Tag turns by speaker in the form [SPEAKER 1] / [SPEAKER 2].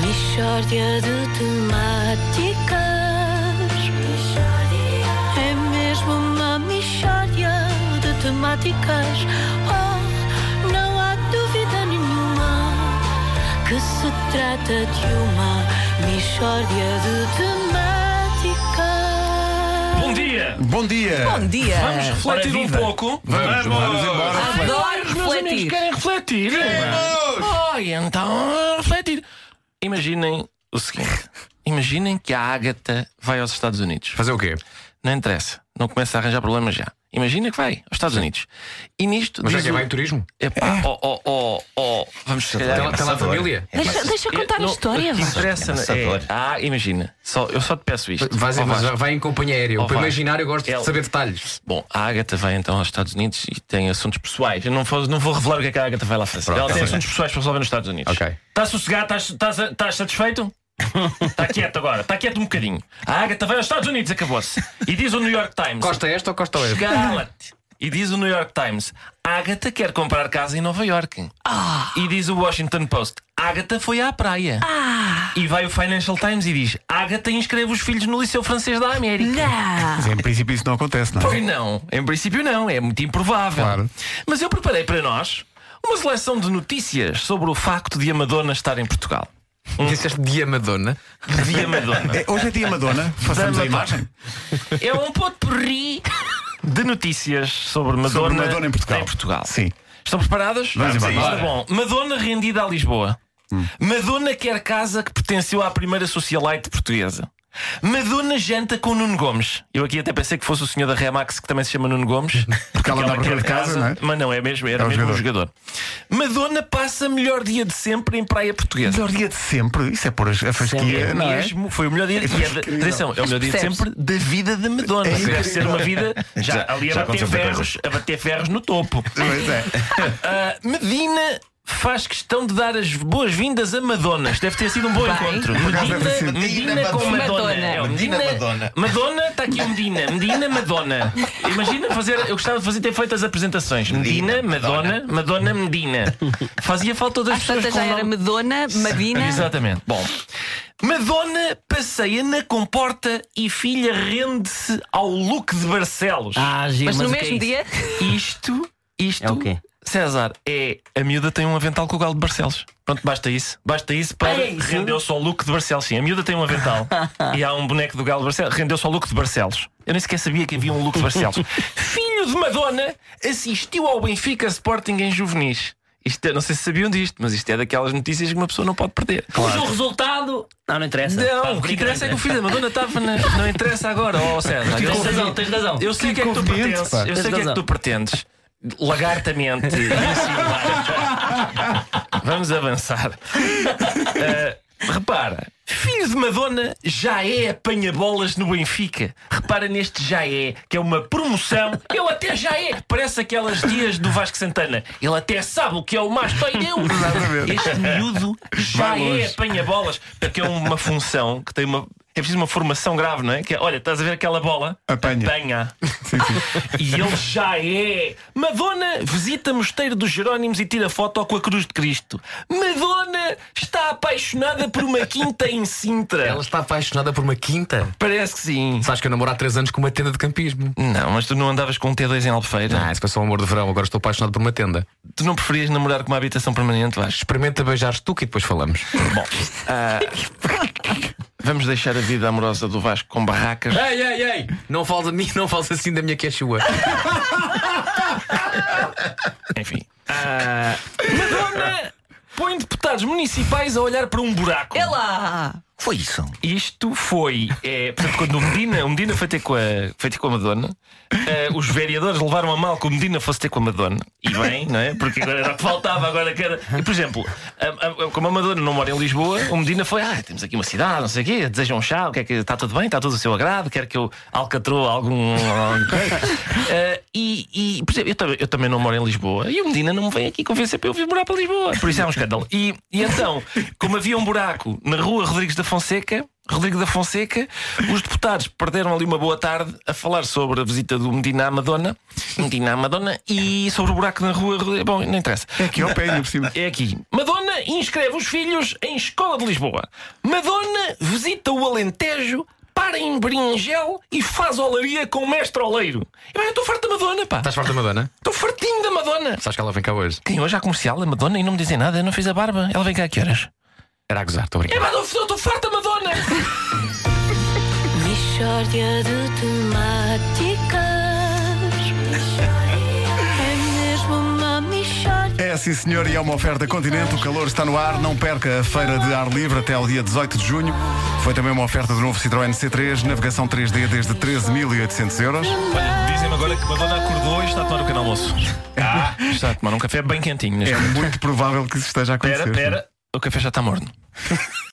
[SPEAKER 1] Mistória de temáticas. É mesmo uma mistória de temáticas. Oh, não há dúvida nenhuma que se trata de uma mistória de temáticas.
[SPEAKER 2] Bom dia!
[SPEAKER 3] Bom dia!
[SPEAKER 4] Bom dia!
[SPEAKER 2] Vamos refletir
[SPEAKER 5] Ora,
[SPEAKER 2] um
[SPEAKER 5] viva.
[SPEAKER 2] pouco.
[SPEAKER 3] Vamos, vamos embora.
[SPEAKER 4] Adoro
[SPEAKER 2] Os meus amigos
[SPEAKER 4] refletir.
[SPEAKER 2] querem refletir. Oh, e então refletir. Imaginem o seguinte: imaginem que a Ágata vai aos Estados Unidos.
[SPEAKER 3] Fazer o quê?
[SPEAKER 2] Não interessa, não começa a arranjar problemas já. Imagina que vai aos Estados Unidos. E nisto.
[SPEAKER 5] Mas já
[SPEAKER 2] diz
[SPEAKER 5] que
[SPEAKER 2] o-
[SPEAKER 5] vai em turismo?
[SPEAKER 2] Epá, oh, oh, oh, oh, vamos se calhar.
[SPEAKER 5] Tem lá- tem lá a família?
[SPEAKER 4] Deixa, deixa contar
[SPEAKER 2] Não,
[SPEAKER 4] a história,
[SPEAKER 2] o que
[SPEAKER 4] vá.
[SPEAKER 2] interessa,
[SPEAKER 6] amassador.
[SPEAKER 2] é- Ah, imagina. Só, eu só te peço isto.
[SPEAKER 5] É, Vai,
[SPEAKER 2] Ó, Vasco.
[SPEAKER 5] vai, vai em companhia aérea.
[SPEAKER 2] Oh,
[SPEAKER 5] Para
[SPEAKER 2] vai.
[SPEAKER 5] imaginar, eu gosto
[SPEAKER 2] Ele-
[SPEAKER 5] de saber detalhes.
[SPEAKER 2] Bom, a Agatha vai então aos Estados Unidos e tem assuntos pessoais. Eu não vou, não vou revelar o que é que a Agatha vai lá fazer. Ela tem assuntos pessoais para resolver nos Estados Unidos.
[SPEAKER 5] Ok.
[SPEAKER 2] Está sossegado? Estás- Estás estás satisfeito? Está quieto agora, está quieto um bocadinho. A Agatha vai aos Estados Unidos, acabou-se. E diz o New York Times.
[SPEAKER 5] Costa esta ou costa oeste?
[SPEAKER 2] Cala-te. E diz o New York Times: Agatha quer comprar casa em Nova York.
[SPEAKER 5] Ah.
[SPEAKER 2] E diz o Washington Post: Agatha foi à praia.
[SPEAKER 5] Ah.
[SPEAKER 2] E vai o Financial Times e diz: Agatha inscreve os filhos no Liceu Francês da América.
[SPEAKER 4] Não.
[SPEAKER 3] Mas em princípio isso não acontece, não é?
[SPEAKER 2] Pois não, em princípio não, é muito improvável.
[SPEAKER 3] Claro.
[SPEAKER 2] Mas eu preparei para nós uma seleção de notícias sobre o facto de a Madonna estar em Portugal.
[SPEAKER 5] Disseste dia Madonna.
[SPEAKER 2] De a Madonna.
[SPEAKER 3] É, Hoje é dia Madonna, façamos a
[SPEAKER 2] Madonna.
[SPEAKER 3] imagem.
[SPEAKER 2] é um potpourri de notícias sobre Madonna,
[SPEAKER 3] Sobre Madonna em Portugal. Sim.
[SPEAKER 2] Estão preparadas?
[SPEAKER 3] Vamos embora. Hum.
[SPEAKER 2] Está bom. Madonna rendida a Lisboa. Madonna quer casa que pertenceu à primeira socialite portuguesa. Madonna janta com Nuno Gomes. Eu aqui até pensei que fosse o senhor da Remax que também se chama Nuno Gomes.
[SPEAKER 3] Porque ela dá
[SPEAKER 2] Aquela que
[SPEAKER 3] para ver
[SPEAKER 2] era
[SPEAKER 3] de casa, não é?
[SPEAKER 2] Mas não, é mesmo, era
[SPEAKER 3] É um
[SPEAKER 2] mesmo um jogador. Madonna passa melhor dia de sempre em praia portuguesa.
[SPEAKER 3] Melhor dia de sempre, isso é pôr a
[SPEAKER 2] É
[SPEAKER 3] fasquia, não é?
[SPEAKER 2] mesmo, foi o melhor dia. E é de,
[SPEAKER 3] incrível.
[SPEAKER 2] atenção, é o melhor dia de
[SPEAKER 4] percebes?
[SPEAKER 2] sempre da vida da Madonna.
[SPEAKER 3] É
[SPEAKER 2] Deve ser
[SPEAKER 3] incrível.
[SPEAKER 2] uma vida já,
[SPEAKER 6] Já-
[SPEAKER 2] ali a
[SPEAKER 6] já
[SPEAKER 2] bater
[SPEAKER 6] aconteceu muita
[SPEAKER 2] ferros, a bater ferros no topo.
[SPEAKER 3] Pois é.
[SPEAKER 2] Ah, Medina faz questão de dar as boas-vindas a Madonna. Isto Deve ter sido um bom
[SPEAKER 4] Bem.
[SPEAKER 2] encontro.
[SPEAKER 3] Por acaso
[SPEAKER 2] Medina,
[SPEAKER 3] deve ser.
[SPEAKER 2] Medina com
[SPEAKER 4] Madonna.
[SPEAKER 2] Madonna. É, o
[SPEAKER 6] Medina Madonna.
[SPEAKER 2] Madonna, está aqui o Medina. Medina, Madonna. Imagina fazer. Eu gostava de fazer ter feito as apresentações. Medina, Madonna, Madonna, Medina. Fazia falta das
[SPEAKER 4] Às
[SPEAKER 2] pessoas.
[SPEAKER 4] tantas
[SPEAKER 2] com
[SPEAKER 4] já
[SPEAKER 2] o
[SPEAKER 4] era
[SPEAKER 2] nome-
[SPEAKER 4] Medona, Madina.
[SPEAKER 2] Exatamente. Bom, Madonna passeia na comporta e filha rende-se ao look de Barcelos.
[SPEAKER 7] Ah, giro,
[SPEAKER 4] Mas no
[SPEAKER 7] o que é
[SPEAKER 4] mesmo
[SPEAKER 7] isso?
[SPEAKER 4] dia.
[SPEAKER 2] Isto, isto.
[SPEAKER 7] É o quê?
[SPEAKER 2] César, é a miúda tem um avental com o galo de Barcelos. Pronto, basta isso. Basta isso para
[SPEAKER 7] Ah, é isso?
[SPEAKER 2] render-se ao look de Barcelos. Sim, a miúda tem um avental e há um boneco do galo de Barcelos. Rendeu-se ao look de Barcelos. Eu nem sequer sabia que havia um look de Barcelos. Filho de Madonna assistiu ao Benfica Sporting em juvenis. Isto é- não sei se sabiam disto, mas isto é daquelas notícias que uma pessoa não pode perder.
[SPEAKER 7] Mas o resultado. Não, não interessa.
[SPEAKER 2] Não, o que interessa é que o filho da Madonna estava na. Não interessa agora, ó César. Eu
[SPEAKER 7] Tens
[SPEAKER 2] sei-
[SPEAKER 7] razão, tens razão.
[SPEAKER 2] eu sei o que é que tu
[SPEAKER 3] conveniente,
[SPEAKER 2] pretendes.
[SPEAKER 3] pá.
[SPEAKER 2] Eu sei o que é que tu
[SPEAKER 7] razão.
[SPEAKER 2] pretendes. Lagartamente. Vamos avançar. Uh, repara. Filho de Madonna já é apanha-bolas no Benfica. Repara neste já é, que é uma promoção. Ele até já é. Parece aquelas dias do Vasco Santana. Ele até sabe o que é o mais eu.
[SPEAKER 3] Exatamente.
[SPEAKER 2] Este miúdo já
[SPEAKER 3] Vai longe.
[SPEAKER 2] é apanha-bolas. Porque é uma função que tem uma. É preciso uma formação grave, não é? Que é, olha, estás a ver aquela bola?
[SPEAKER 3] Apanha.
[SPEAKER 2] Apanha.
[SPEAKER 3] Sim, sim.
[SPEAKER 2] E ele já é. Madonna visita Mosteiro dos Jerónimos e tira foto com a Cruz de Cristo. Madonna está apaixonada por uma quinta em Sintra.
[SPEAKER 5] Ela está apaixonada por uma quinta.
[SPEAKER 2] Parece que sim.
[SPEAKER 5] Sabes que eu namoro há 3 anos com uma tenda de campismo.
[SPEAKER 2] Não, mas tu não andavas com um T2 em Albufeira?
[SPEAKER 5] Ah, isso foi só um amor de verão. Agora estou apaixonado por uma tenda.
[SPEAKER 2] Tu não preferias namorar com uma habitação permanente, Vasco?
[SPEAKER 5] Experimenta beijar Stuka e depois falamos.
[SPEAKER 2] Bom, ah, vamos deixar a vida amorosa do Vasco com barracas.
[SPEAKER 5] Ei, ei, ei! Não fales a mim, não fales assim da minha quechua.
[SPEAKER 2] Enfim. Ah, Madonna põe deputados municipais a olhar para um buraco.
[SPEAKER 4] É lá.
[SPEAKER 6] Foi isso.
[SPEAKER 2] Isto foi. É, portanto, quando o Medina, o Medina foi ter com a, foi ter com a Madonna, eh, os vereadores levaram a mal que o Medina fosse ter com a Madonna. E bem, não é? Porque agora era o que faltava, agora que era. E, por exemplo, a- a- como a Madonna não mora em Lisboa, o Medina foi: ah, temos aqui uma cidade, não sei o quê, desejam um chá, o que é que está tudo bem, está tudo a seu agrado, quer que eu alcatroa algum. Eh, e, e, por exemplo, eu, também- eu também não moro em Lisboa e o Medina não me vem aqui convencer para eu vir morar para Lisboa. Por isso é um escândalo. E, e então, como havia um buraco na rua Rodrigues da Fonseca. Rodrigo da Fonseca, os deputados perderam ali uma boa tarde a falar sobre a visita do Medina à Madonna, Medina à Madonna e sobre o buraco na rua. Rodrigo- Bom, não interessa.
[SPEAKER 3] É aqui ao pé, ainda por cima.
[SPEAKER 2] É aqui. Madonna inscreve os filhos em escola de Lisboa. Madonna visita o Alentejo, para em Brinjel e faz olaria com o mestre oleiro. Eu eu estou farto da Madonna, pá.
[SPEAKER 5] Estás farta da Madonna?
[SPEAKER 2] Estou fartinho da Madonna.
[SPEAKER 5] Sabes que ela vem cá hoje?
[SPEAKER 2] Quem hoje há comercial, a Madonna, e não me dizem nada, eu não fiz a barba. Ela vem cá a que horas?
[SPEAKER 5] Era a gozar, estou a
[SPEAKER 2] É,
[SPEAKER 5] brincar.
[SPEAKER 2] pá, estou farto da Madonna.
[SPEAKER 1] Mishória de temáticas É mesmo uma mishória
[SPEAKER 3] É sim senhor, e é uma oferta continente, o calor está no ar, não perca a feira de ar livre até ao dia 18 de junho. Foi também uma oferta do novo Citroën C3, navegação 3D desde 13.800 euros.
[SPEAKER 2] Olha, dizem-me agora que Madonna acordou e está a tomar o pequeno almoço. Ah, está a tomar um café bem quentinho.
[SPEAKER 3] É
[SPEAKER 2] Neste momento.
[SPEAKER 3] muito provável que isso esteja a acontecer.
[SPEAKER 2] Pera, pera, o café já está morno.